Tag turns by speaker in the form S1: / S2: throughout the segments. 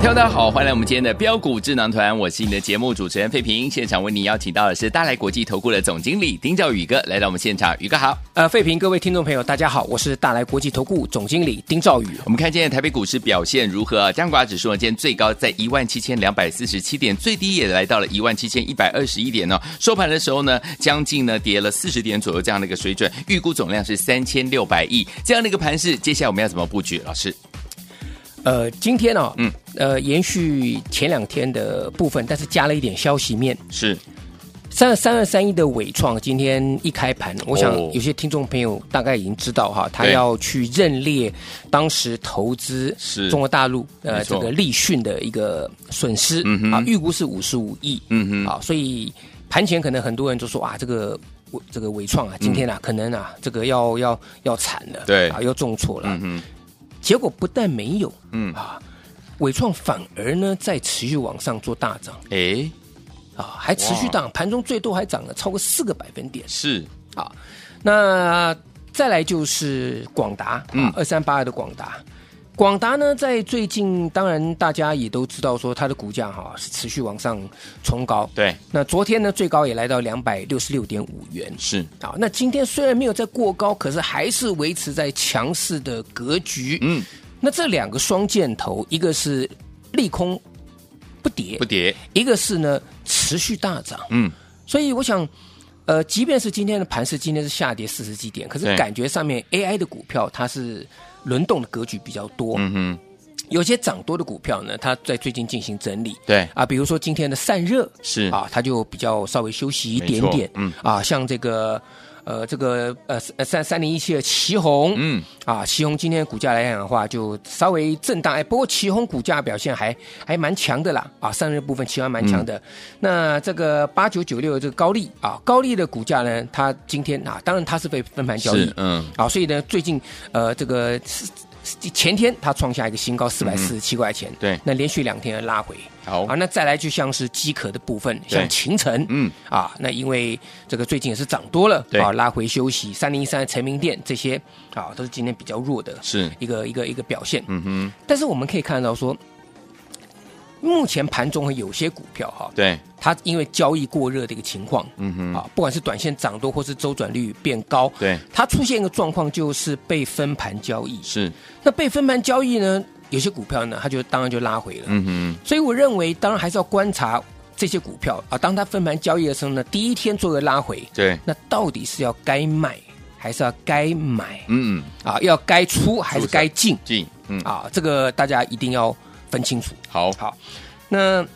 S1: 听众大家好，欢迎来我们今天的标股智囊团，我是你的节目主持人费平。现场为你邀请到的是大来国际投顾的总经理丁兆宇哥来到我们现场，宇哥好。
S2: 呃，费评各位听众朋友，大家好，我是大来国际投顾总经理丁兆宇。
S1: 我们看今天的台北股市表现如何啊？加权指数呢，今天最高在一万七千两百四十七点，最低也来到了一万七千一百二十一点哦。收盘的时候呢，将近呢跌了四十点左右这样的一个水准，预估总量是三千六百亿这样的一个盘势，接下来我们要怎么布局？老师，
S2: 呃，今天呢、
S1: 嗯
S2: 嗯，呃，延续前两天的部分，但是加了一点消息面。
S1: 是
S2: 三二三二三一的伟创今天一开盘，我想
S1: 哦
S2: 有些听众朋友大概已经知道哈，他
S1: 对
S2: 要去认列当时投资
S1: 是
S2: 中国大陆
S1: 没
S2: 呃
S1: 错
S2: 这个立讯的一个损失、
S1: 嗯哼
S2: 啊，预估是五十五亿，
S1: 嗯哼
S2: 啊，所以盘前可能很多人就说啊，这个伟这个伟创啊，今天啊、可能啊这个要要要惨了，
S1: 嗯对
S2: 啊要重挫了，
S1: 嗯哼
S2: 结果不但没有，
S1: 嗯
S2: 啊，伟创反而呢在持续往上做大涨。
S1: 哎
S2: 啊，还持续
S1: 哇
S2: 涨，盘中最多还涨了超过四个百分点
S1: 是
S2: 啊。那再来就是广达，
S1: 嗯
S2: 嗯，二三八二的广达。广达呢，在最近当然大家也都知道，说它的股价哈、是持续往上冲高。
S1: 对
S2: 那昨天呢，最高也来到两百六十六点五元。
S1: 是
S2: 啊，那今天虽然没有再过高，可是还是维持在强势的格局。
S1: 嗯
S2: 那这两个双箭头，一个是利空不跌，
S1: 不跌
S2: 一个是呢持续大涨。
S1: 嗯
S2: 所以我想，呃，即便是今天的盘是今天是下跌四十几点，可是
S1: 对
S2: 感觉上面 AI 的股票它是轮动的格局比较多，
S1: 嗯哼
S2: 有些涨多的股票呢，它在最近进行整理。
S1: 对
S2: 啊，比如说今天的散热
S1: 是
S2: 啊，它就比较稍微休息一点
S1: 没错
S2: 点，
S1: 嗯
S2: 啊，像这个呃这个呃三三零一七的旗红，
S1: 嗯
S2: 啊，旗宏今天股价来讲的话，就稍微震荡。哎，不过旗宏股价表现还还蛮强的啦。啊，上日部分旗宏还蛮强的。
S1: 嗯
S2: 那这个八九九六这个高丽啊，高丽的股价呢，它今天啊，当然它是被分盘交易
S1: 是，嗯
S2: 啊，所以呢，最近呃这个是是前天它创下一个新高四百四十七块钱，
S1: 嗯对
S2: 那连续两天的拉回。
S1: 好
S2: 啊，那再来就像是机壳的部分，
S1: 对
S2: 像秦城，
S1: 嗯
S2: 啊，那因为这个最近也是涨多了，
S1: 对
S2: 啊，拉回休息，三零一三、成名店这些啊，都是今天比较弱的
S1: 是
S2: 一个一个一个表现。
S1: 嗯哼
S2: 但是我们可以看到说，目前盘中有些股票哈、
S1: 对
S2: 它因为交易过热的一个情况，
S1: 嗯哼
S2: 啊，不管是短线涨多或是周转率变高，
S1: 对
S2: 它出现一个状况就是被分盘交易。
S1: 是
S2: 那被分盘交易呢，有些股票呢，它就当然就拉回了。
S1: 嗯哼
S2: 所以我认为，当然还是要观察这些股票啊。当它分盘交易的时候呢，第一天做个拉回，
S1: 对
S2: 那到底是要该卖还是要该买
S1: 嗯嗯
S2: 啊？要该出还是该进
S1: 进嗯
S2: 啊？这个大家一定要分清楚。
S1: 好
S2: 好，那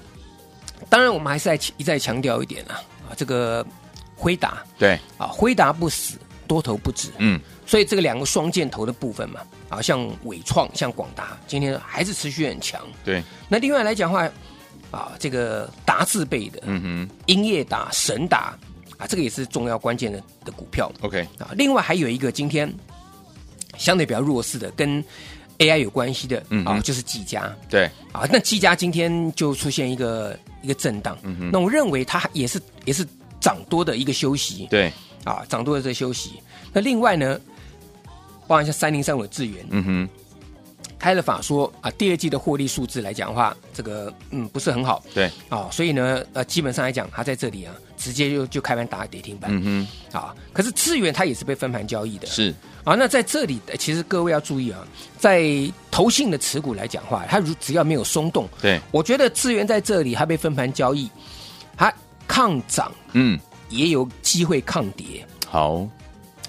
S2: 当然我们还是在一再强调一点啊啊，这个辉达
S1: 对
S2: 啊，辉达不死，多头不止。
S1: 嗯
S2: 所以这个两个双箭头的部分嘛，啊，像伟创、像广达，今天还是持续很强。
S1: 对
S2: 那另外来讲的话，啊，这个达字辈的
S1: 嗯哼
S2: 英业达、神达啊，这个也是重要关键的的股票
S1: OK
S2: 啊。另外还有一个今天相对比较弱势的，跟 AI 有关系的
S1: 嗯
S2: 啊，
S1: 哼
S2: 就是技嘉
S1: 对
S2: 啊。那技嘉今天就出现一个一个震荡，
S1: 嗯哼
S2: 那我认为它也是也是涨多的一个休息
S1: 对
S2: 啊，涨多的这个休息。那另外呢，包含像三零三五的智源，
S1: 嗯哼
S2: 开了法说啊，第二季的获利数字来讲的话，这个嗯不是很好
S1: 对
S2: 啊、所以呢呃基本上来讲，它在这里啊直接就就开盘打跌停板啊、
S1: 嗯哼
S2: 可是智源它也是被分盘交易的
S1: 是
S2: 啊，那在这里呃其实各位要注意啊，在投信的持股来讲的话，它如只要没有松动，
S1: 对
S2: 我觉得智源在这里它被分盘交易，它抗涨
S1: 嗯
S2: 也有机会抗跌。
S1: 好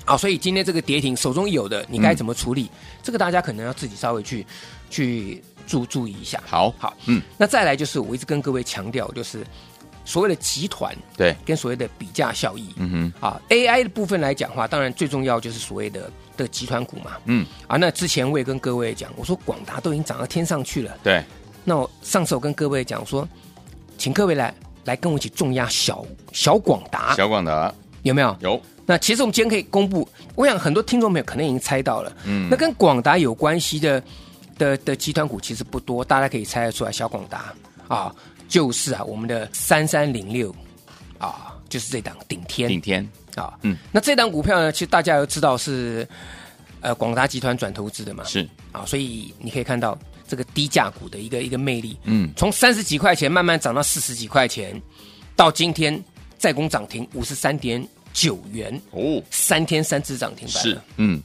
S2: 啊，所以今天这个跌停手中有的，你该怎么处理？
S1: 嗯
S2: 这个大家可能要自己稍微去去注注意一下。
S1: 好
S2: 好，
S1: 嗯
S2: 那再来就是我一直跟各位强调，就是所谓的集团
S1: 对，
S2: 跟所谓的比价效益。
S1: 嗯哼，
S2: 啊，AI 的部分来讲的话，当然最重要就是所谓的的集团股嘛。
S1: 嗯，
S2: 啊，那之前我也跟各位讲，我说广达都已经涨到天上去了。
S1: 对，
S2: 那我上次我跟各位讲说，请各位来来跟我一起重压小小广达，
S1: 小广达
S2: 有没有？
S1: 有，
S2: 那其实我们今天可以公布，我想很多听众朋友可能已经猜到了，
S1: 嗯
S2: 那跟广达有关系的的的集团股其实不多，大家可以猜得出来，小广达啊，就是啊我们的三三零六啊，就是这档顶天
S1: 顶天，
S2: 啊，
S1: 嗯
S2: 嗯，那这档股票呢，其实大家都知道是呃广达集团转投资的嘛，
S1: 是，
S2: 啊，所以你可以看到这个低价股的一个一个魅力，
S1: 嗯，
S2: 从三十几块钱慢慢涨到四十几块钱，到今天再攻涨停五十三点九元，
S1: 哦，
S2: 三天三只涨停板了
S1: 是，嗯，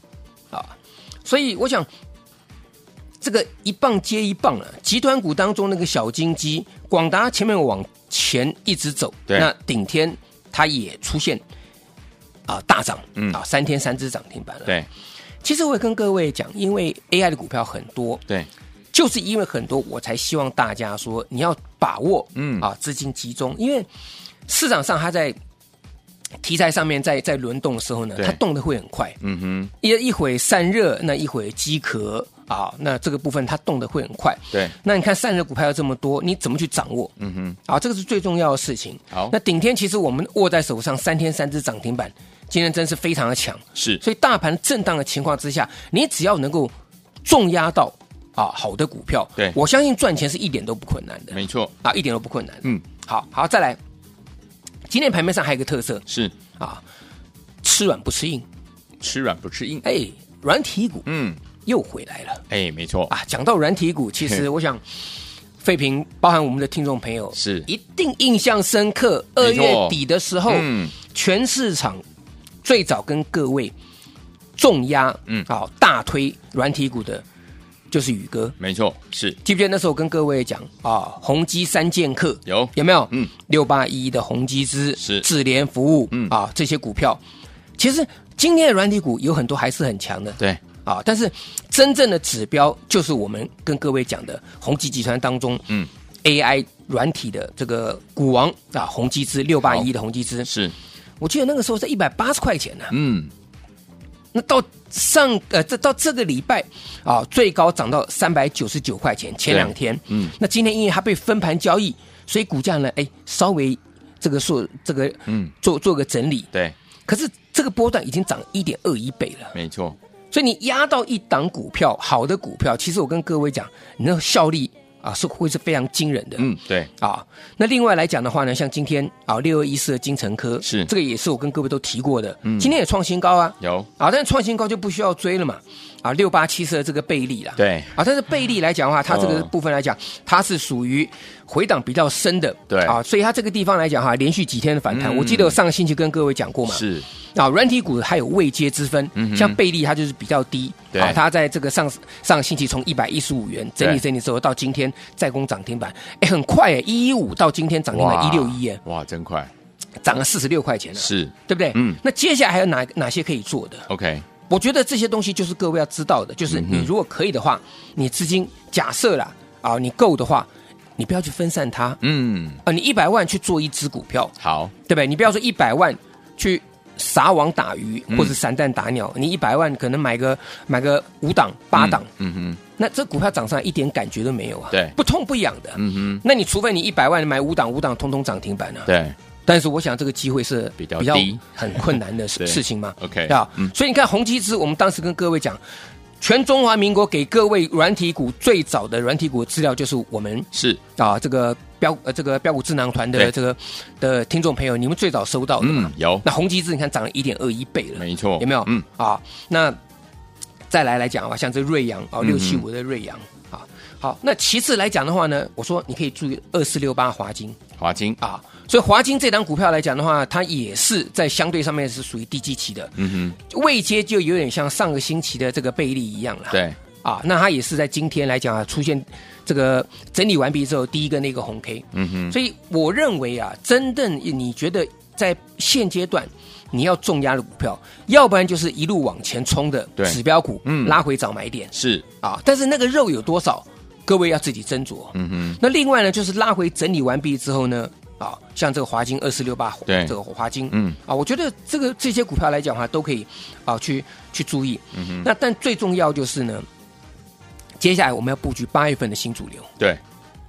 S2: 啊，所以我想这个一棒接一棒了、啊集团股当中那个小金鸡广达前面往前一直走，
S1: 对
S2: 那顶天它也出现啊、大涨，
S1: 嗯
S2: 啊三天三只涨停板了。，
S1: 对
S2: 其实我也跟各位讲，因为 AI 的股票很多，
S1: 对，
S2: 就是因为很多，我才希望大家说你要把握，
S1: 嗯
S2: 嗯啊，资金集中，因为市场上它在题材上面在在轮动的时候呢，
S1: 对
S2: 它动的会很快，
S1: 嗯哼，
S2: 一一会散热，那一会机壳啊，那这个部分它动的会很快。
S1: 对，
S2: 那你看散热股票这么多，你怎么去掌握？
S1: 嗯哼，
S2: 啊，这个是最重要的事情。
S1: 好
S2: 那顶天其实我们握在手上，三天三只涨停板，今天真是非常的强。
S1: 是，
S2: 所以大盘震荡的情况之下，你只要能够重压到啊好的股票，
S1: 对
S2: 我相信赚钱是一点都不困难的
S1: 没错，
S2: 啊，一点都不困难。
S1: 嗯，
S2: 好好再来，今天盘面上还有一个特色
S1: 是
S2: 啊，吃软不吃硬，
S1: 吃软不吃硬，
S2: 哎，软体股
S1: 嗯，
S2: 又回来了
S1: 哎，没错，
S2: 啊。讲到软体股，其
S1: 嘿
S2: 实我想。废品包含我们的听众朋友
S1: 是
S2: 一定印象深刻。二
S1: 没错
S2: 月底的时候，
S1: 嗯，
S2: 全市场最早跟各位重压，
S1: 嗯
S2: 嗯，好、大推软体股的，就是宇哥。
S1: 没错，是
S2: 记不记得那时候跟各位讲啊，宏基三剑客
S1: 有
S2: 有没有？
S1: 嗯
S2: 嗯，六八一的宏基资
S1: 是
S2: 智联服务，
S1: 嗯
S2: 嗯啊，这些股票，其实今天的软体股有很多还是很强的，
S1: 对，
S2: 啊，但是真正的指标就是我们跟各位讲的宏基集团当中，
S1: 嗯
S2: 嗯，AI 软体的这个股王啊，宏基资六八一的宏基资
S1: 是，
S2: 我记得那个时候是一百八十块钱呢、
S1: 嗯，
S2: 那到上呃，这到这个礼拜啊，最高涨到三百九十九块钱，前两天，
S1: 嗯
S2: 嗯，那今天因为它被分盘交易，所以股价呢，哎，稍微这个做这个，
S1: 嗯
S2: 嗯，做做个整理，
S1: 对，
S2: 可是这个波段已经涨一点二一倍了，
S1: 没错，
S2: 所以你压到一档股票，好的股票，其实我跟各位讲，你那个效力啊是会是非常惊人的，
S1: 嗯，对，
S2: 啊，那另外来讲的话呢，像今天啊六二一四的金城科
S1: 是嗯
S2: 这个也是我跟各位都提过的，今天也创新高啊，
S1: 有，
S2: 啊，但创新高就不需要追了嘛，啊六八七四的这个贝利啦，
S1: 对
S2: 啊，但是贝利来讲的话，它这个
S1: 嗯
S2: 部分来讲，它是属于回档比较深的，
S1: 对
S2: 啊，所以它这个地方来讲哈，连续几天的反弹，
S1: 嗯
S2: 我记得我上个星期跟各位讲过嘛，
S1: 是，
S2: 啊，软体股还有未接之分，
S1: 嗯哼
S2: 像贝利它就是比较低，
S1: 对
S2: 啊，它在这个上上星期从一百一十五元整理
S1: 对
S2: 整理之后，到今天再攻涨停板，哎，很快哎，一一五到今天涨停板一六一耶，
S1: 哇，真快，
S2: 涨了四十六块钱了，
S1: 是
S2: 对不对？
S1: 嗯
S2: 那接下来还有哪哪些可以做的？
S1: ，OK，
S2: 我觉得这些东西就是各位要知道的，
S1: 嗯
S2: 就是你如果可以的话，你资金假设啦啊，你够的话，你不要去分散它
S1: 嗯，
S2: 啊，你一百万去做一只股票，
S1: 好，
S2: 对不对？你不要说一百万去撒网打鱼
S1: 嗯
S2: 或者散弹打鸟，你一百万可能买个买个五档八档，
S1: 嗯，嗯哼，
S2: 那这股票涨上来一点感觉都没有啊，
S1: 对
S2: 不痛不痒的。
S1: 嗯哼，
S2: 那你除非你一百万买五档五档通通涨停板啊，
S1: 对
S2: 但是我想这个机会是
S1: 比较
S2: 比较
S1: 低
S2: 很困 难的事
S1: 对
S2: 事情嘛。
S1: ，OK，
S2: 对啊，
S1: 嗯，
S2: 所以你看宏基资，我们当时跟各位讲，全中华民国给各位软体股最早的软体股资料，就是我们
S1: 是，
S2: 啊这个标呃这个标股智囊团的
S1: 对
S2: 这个的听众朋友，你们最早收到的嘛。
S1: 嗯，有，
S2: 那宏基资你看涨了一点二一倍了，
S1: 没错，
S2: 有没有？
S1: 嗯，
S2: 啊，那再来来讲啊，像这瑞阳啊，
S1: 嗯
S2: 六七五的瑞阳啊，好，那其次来讲的话呢，我说你可以注意二四六八华金
S1: 华金，
S2: 啊，所以华金这档股票来讲的话，它也是在相对上面是属于低基期的，
S1: 嗯哼，
S2: 位阶就有点像上个星期的这个贝利一样了。
S1: 对，
S2: 啊，那它也是在今天来讲啊，出现这个整理完毕之后第一根的一个红 K。
S1: 嗯哼，
S2: 所以我认为啊，真正你觉得在现阶段你要重压的股票，要不然就是一路往前冲的
S1: 对
S2: 指标股，
S1: 嗯
S2: 拉回早买点
S1: 是，
S2: 啊。但是那个肉有多少，各位要自己斟酌。
S1: 嗯哼，
S2: 那另外呢，就是拉回整理完毕之后呢，啊，像这个华金二四六八，
S1: 对
S2: 这个华金，
S1: 嗯
S2: 啊，我觉得这个这些股票来讲的话，都可以啊去去注意。
S1: 嗯
S2: 那但最重要就是呢，接下来我们要布局八月份的新主流
S1: 对，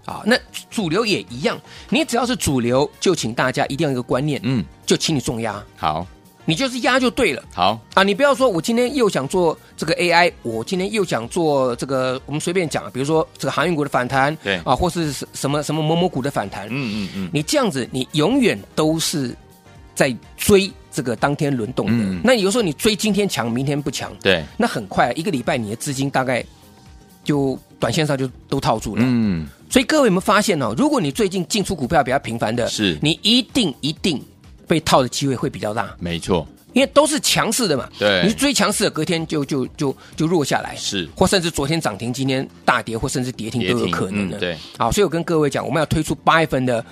S2: 啊。那主流也一样，你只要是主流，就请大家一定要有一个观念，
S1: 嗯，
S2: 就请你重压，
S1: 好，
S2: 你就是压就对了。
S1: 好，
S2: 啊，你不要说我今天又想做这个 AI，我今天又想做这个，我们随便讲，啊比如说这个航运股的反弹，
S1: 对
S2: 啊，或是什什么什么某某股的反弹，
S1: 嗯嗯嗯，
S2: 你这样子，你永远都是在追这个当天轮动的。
S1: 嗯
S2: 那有时候你追今天强，明天不强，
S1: 对，
S2: 那很快啊一个礼拜你的资金大概就短线上就都套住了。
S1: 嗯，
S2: 所以各位有没有发现哦？如果你最近进出股票比较频繁的，
S1: 是
S2: 你一定一定被套的机会会比较大。
S1: 没错，
S2: 因为都是强势的嘛，
S1: 对
S2: 你追强势的，隔天就就就就弱下来，
S1: 是
S2: 或甚至昨天涨停，今天大跌，或甚至跌停
S1: 跌
S2: 都有
S1: 停
S2: 可能的、
S1: 嗯对，
S2: 好，所以我跟各位讲，我们要推出八月份的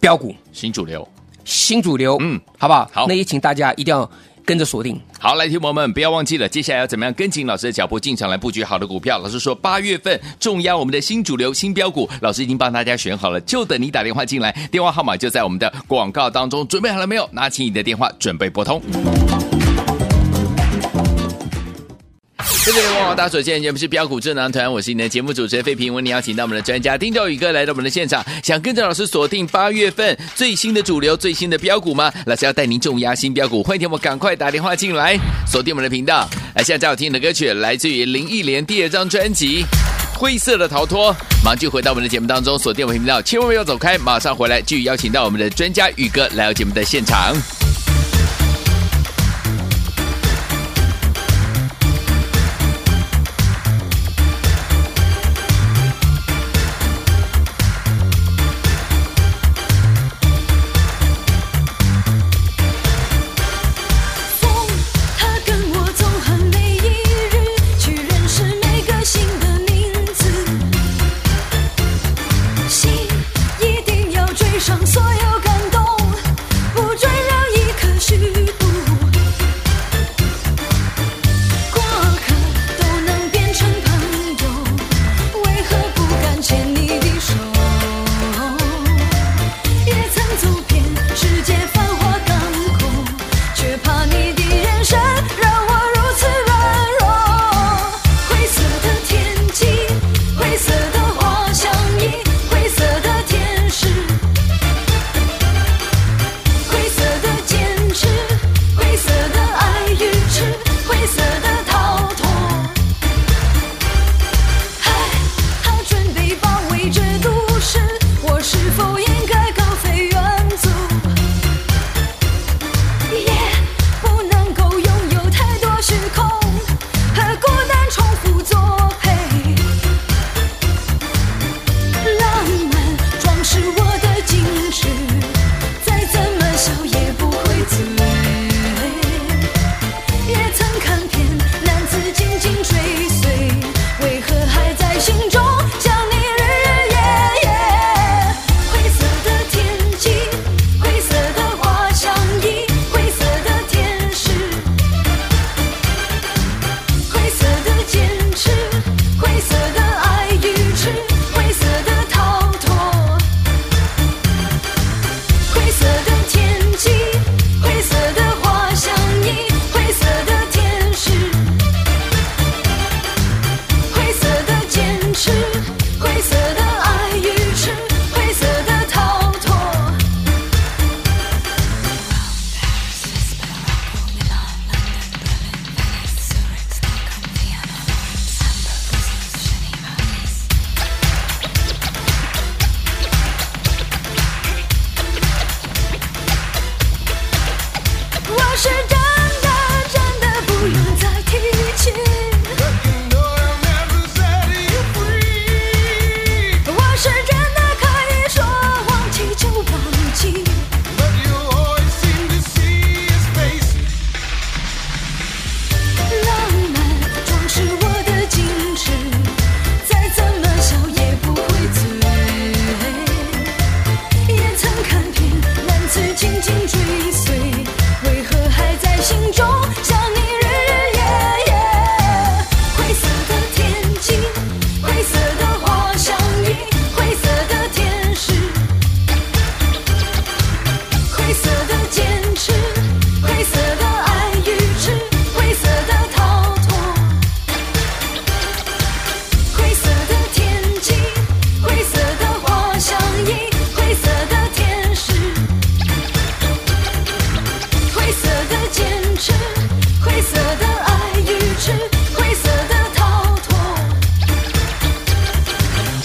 S2: 标股
S1: 新主流。
S2: 新主流，
S1: 嗯，
S2: 好不好？
S1: 好
S2: 那也请大家一定要跟着锁定。
S1: 好，来，听众朋友们，不要忘记了，接下来要怎么样跟紧老师的脚步进场来布局好的股票？老师说八月份重压我们的新主流、新标股，老师已经帮大家选好了，就等你打电话进来，电话号码就在我们的广告当中。准备好了没有？拿起你的电话，准备拨通。谢谢旺旺大手见，节目是标股智囊团，我是你的节目主持人费平。为你邀请到我们的专家丁兆宇哥来到我们的现场，想跟着老师锁定八月份最新的主流、最新的标股吗？老师要带您重压新标股，欢迎听我们赶快打电话进来，锁定我们的频道。来，现在要听的歌曲来自于林忆莲第二张专辑。灰色的逃脱，马上就回到我们的节目当中，锁定我们频道，千万不要走开，马上回来，继续邀请到我们的专家宇哥来到节目的现场。
S3: 风，它跟我纵横每一日，去认识每个新的名字。心一定要追上所有感动，不追了一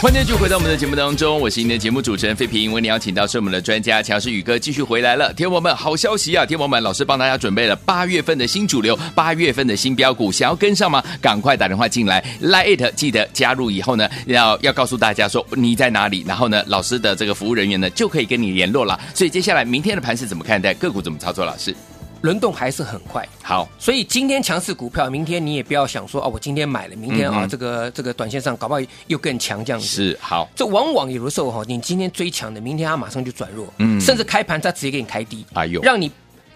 S1: 欢迎继续回到我们的节目当中，我是您的节目主持人费平。为您邀请到是我们的专家强势宇哥继续回来了。天王们，好消息啊！天王们，老师帮大家准备了八月份的新主流，八月份的新标股，想要跟上吗？赶快打电话进来，Line it，记得加入以后呢，要要告诉大家说你在哪里，然后呢，老师的这个服务人员呢就可以跟你联络了。所以接下来明天的盘是怎么看待，个股怎么操作？老师，
S2: 轮动还是很快。
S1: 好，
S2: 所以今天强势股票，明天你也不要想说哦，我今天买了，明天啊、
S1: 嗯嗯
S2: 这个这个短线上搞不好又更强这样子。
S1: 是好，
S2: 这往往有的时候哈，你今天追强的，明天它马上就转弱，
S1: 嗯
S2: 甚至开盘它直接给你开低，
S1: 哎呦
S2: 让你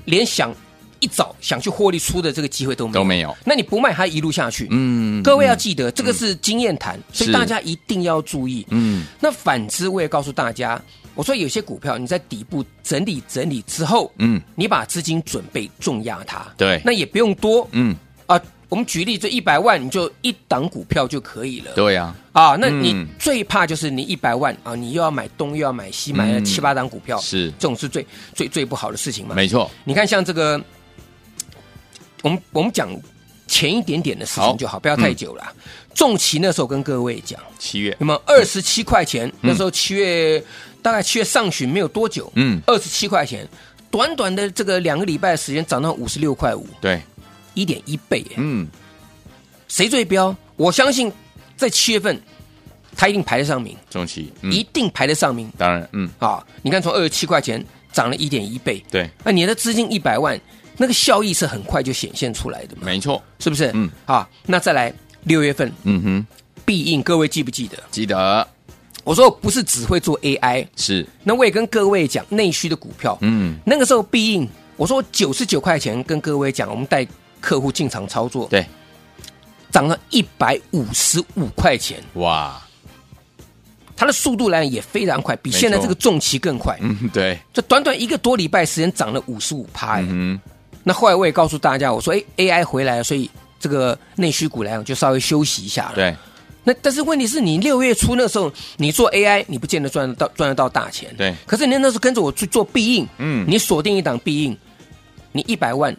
S2: 连想一早想去获利出的这个机会都没有，
S1: 都没有
S2: 那你不卖它一路下去，
S1: 嗯
S2: 各位要记得，这个是经验谈，所以
S1: 是
S2: 大家一定要注意，
S1: 嗯，
S2: 那反之，我也告诉大家，我说有些股票你在底部整理整理之后，
S1: 嗯，
S2: 你把资金准备重压它，
S1: 对
S2: 那也不用多，
S1: 嗯，
S2: 啊，我们举例，这一百万你就一档股票就可以了，
S1: 对呀、
S2: 啊，那你
S1: 嗯
S2: 最怕就是你一百万啊，你又要买东又要买西，买了
S1: 嗯
S2: 七八档股票，
S1: 是
S2: 这种是最最最不好的事情嘛。
S1: 没错，
S2: 你看像这个，我们我们讲前一点点的事
S1: 好
S2: 情就好，不要太
S1: 嗯嗯
S2: 久了。啊重旗那时候跟各位讲。
S1: 七月，
S2: 那么二十七块钱，那时候七月大概七月上旬没有多久，
S1: 嗯，
S2: 二十七块钱，短短的这个两个礼拜的时间涨到五十六块五，
S1: 对，
S2: 一点一倍耶，
S1: 嗯，
S2: 谁最标？我相信在七月份，它一定排得上名，
S1: 中期，
S2: 一
S1: 嗯，
S2: 定排得上名
S1: 当然，嗯，
S2: 啊！你看从二十七块钱涨了一点一倍，
S1: 对，
S2: 那你的资金一百万，那个效益是很快就显现出来的嘛，
S1: 没错，
S2: 是不是？
S1: 嗯，
S2: 啊，那再来六月份
S1: 嗯哼，
S2: 必应，各位记不记得？
S1: 记得
S2: 我说我不是只会做 AI。
S1: 是，
S2: 那我也跟各位讲内需的股票，
S1: 嗯，
S2: 那个时候必应，我说九十九块钱跟各位讲，我们带客户进场操作，
S1: 对，
S2: 涨了一百五十五块钱，
S1: 哇，
S2: 它的速度来也非常快，比
S1: 没错
S2: 现在这个重旗更快。
S1: 嗯，对，
S2: 这短短一个多礼拜时间涨了五十五趴，哎
S1: 嗯哼，
S2: 那后来我也告诉大家，我说哎，AI 回来了，所以这个内需股来讲就稍微休息一下了。
S1: 对，
S2: 那但是问题是你六月初那时候你做 AI，你不见得赚得到赚得到大钱。
S1: 对
S2: 可是你那时候跟着我去做必应，
S1: 嗯
S2: 你锁定一档必应，你一百万，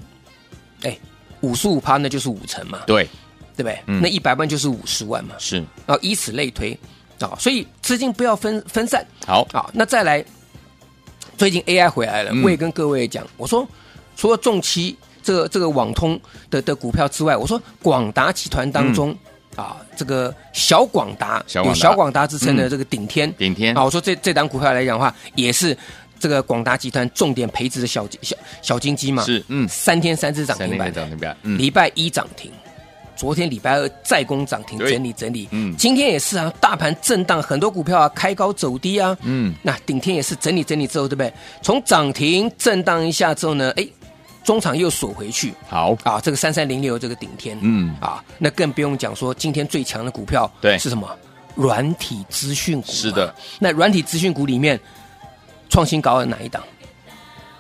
S2: 哎，五十五趴那就是五成嘛，
S1: 对，
S2: 对不对？
S1: 嗯
S2: 那一百万就是五十万嘛，
S1: 是，
S2: 啊，以此类推啊，所以资金不要分分散
S1: 好，
S2: 啊。那再来，最近 AI 回来了，
S1: 嗯
S2: 我也跟各位讲，我说除了重期这个这个网通的的股票之外，我说广达集团当中。啊，这个小广达
S1: 嗯小广
S2: 有
S1: 达
S2: 小广达之称的
S1: 嗯
S2: 这个顶天，
S1: 顶天
S2: 啊，我说这这档股票来讲的话，也是这个广达集团重点培植的小小小金鸡嘛，
S1: 是嗯
S2: 三天三只涨
S1: 三
S2: 停
S1: 天
S2: 板
S1: 的，涨停板，嗯，
S2: 礼拜一涨停，昨天礼拜二再攻涨停，
S1: 对
S2: 整理整理。
S1: 嗯
S2: 今天也是啊，大盘震荡，很多股票啊开高走低啊。
S1: 嗯，
S2: 那顶天也是整理整理之后，对不对？从涨停震荡一下之后呢，哎，中场又锁回去
S1: 好，
S2: 啊。这个三三零六这个顶天，
S1: 嗯
S2: 啊，那更不用讲说今天最强的股票
S1: 对
S2: 是什么？软体资讯股嘛
S1: 是的。
S2: 那软体资讯股里面，创新高的哪一档？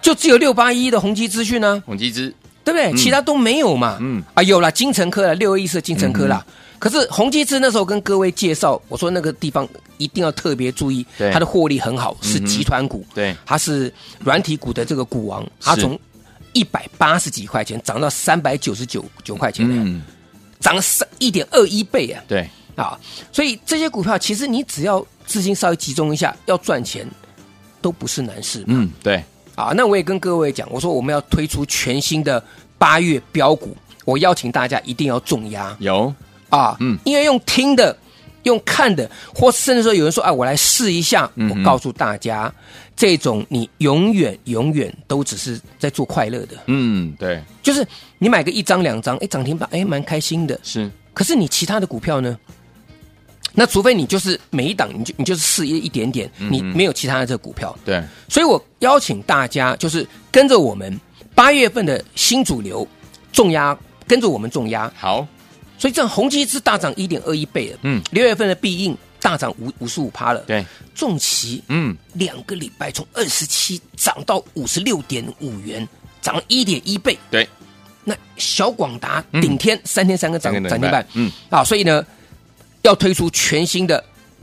S2: 就只有六八一的宏基资讯啊呢、
S1: 统计之，
S2: 对不对？其他都没有嘛。
S1: 嗯
S2: 嗯啊，有啦，金城科啦，六一四金城科啦。可是宏基资那时候跟各位介绍，我说那个地方一定要特别注意
S1: 对，
S2: 它的获利很好，是集团股，
S1: 对
S2: 它是软体股的这个股王，它
S1: 是
S2: 从一百八十几块钱涨到三百九十九九块钱，啊
S1: 嗯，
S2: 涨了三一点二一倍啊！
S1: 对，
S2: 啊，所以这些股票其实你只要资金稍微集中一下，要赚钱都不是难事。
S1: 嗯，对，
S2: 啊，那我也跟各位讲，我说我们要推出全新的八月标股，我邀请大家一定要重压
S1: 有，
S2: 啊，
S1: 嗯
S2: 嗯，因为用听的、用看的，或甚至说有人说啊，我来试一下，
S1: 嗯哼
S2: 我告诉大家，这种你永远永远都只是在做快乐的，
S1: 嗯，对，
S2: 就是你买个一张两张，哎，涨停板，哎，蛮开心的，
S1: 是，
S2: 可是你其他的股票呢？那除非你就是每一档，你就你就是试一一点点，
S1: 嗯
S2: 你没有其他的这个股票，
S1: 对，
S2: 所以我邀请大家就是跟着我们八月份的新主流重压，跟着我们重压。
S1: 好，
S2: 所以这样宏基是大涨一点二一倍了，
S1: 嗯，
S2: 六月份的必应大涨五五十五趴了，，
S1: 对，
S2: 重旗
S1: 嗯，
S2: 两个礼拜从二十七涨到五十六点五元，涨一点一倍。
S1: 对，
S2: 那小广达
S1: 嗯
S2: 顶天、三天三个涨
S1: 三个涨
S2: 涨停
S1: 停
S2: 板
S1: 板，嗯
S2: 啊，所以呢要推出全新的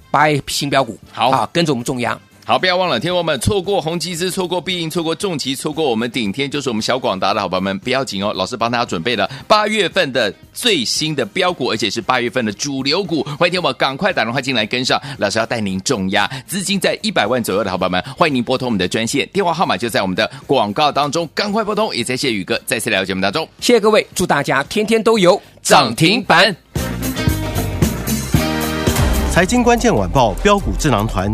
S2: 八 A 新标股，
S1: 好
S2: 啊，跟着我们重压。
S1: 好，不要忘了，天王们错过红基资，错过必应，错过重旗，错过我们顶天，就是我们小广达的好朋友们，不要紧哦，老师帮大家准备了八月份的最新的标股，而且是八月份的主流股，欢迎天王赶快打电话进来跟上，老师要带您重压，资金在一百万左右的好朋友们，欢迎您拨通我们的专线，电话号码就在我们的广告当中，赶快拨通，也谢谢宇哥再次来到节目当中，
S2: 谢谢各位，祝大家天天都有
S1: 涨停板。
S4: 财经关键晚报标股智囊团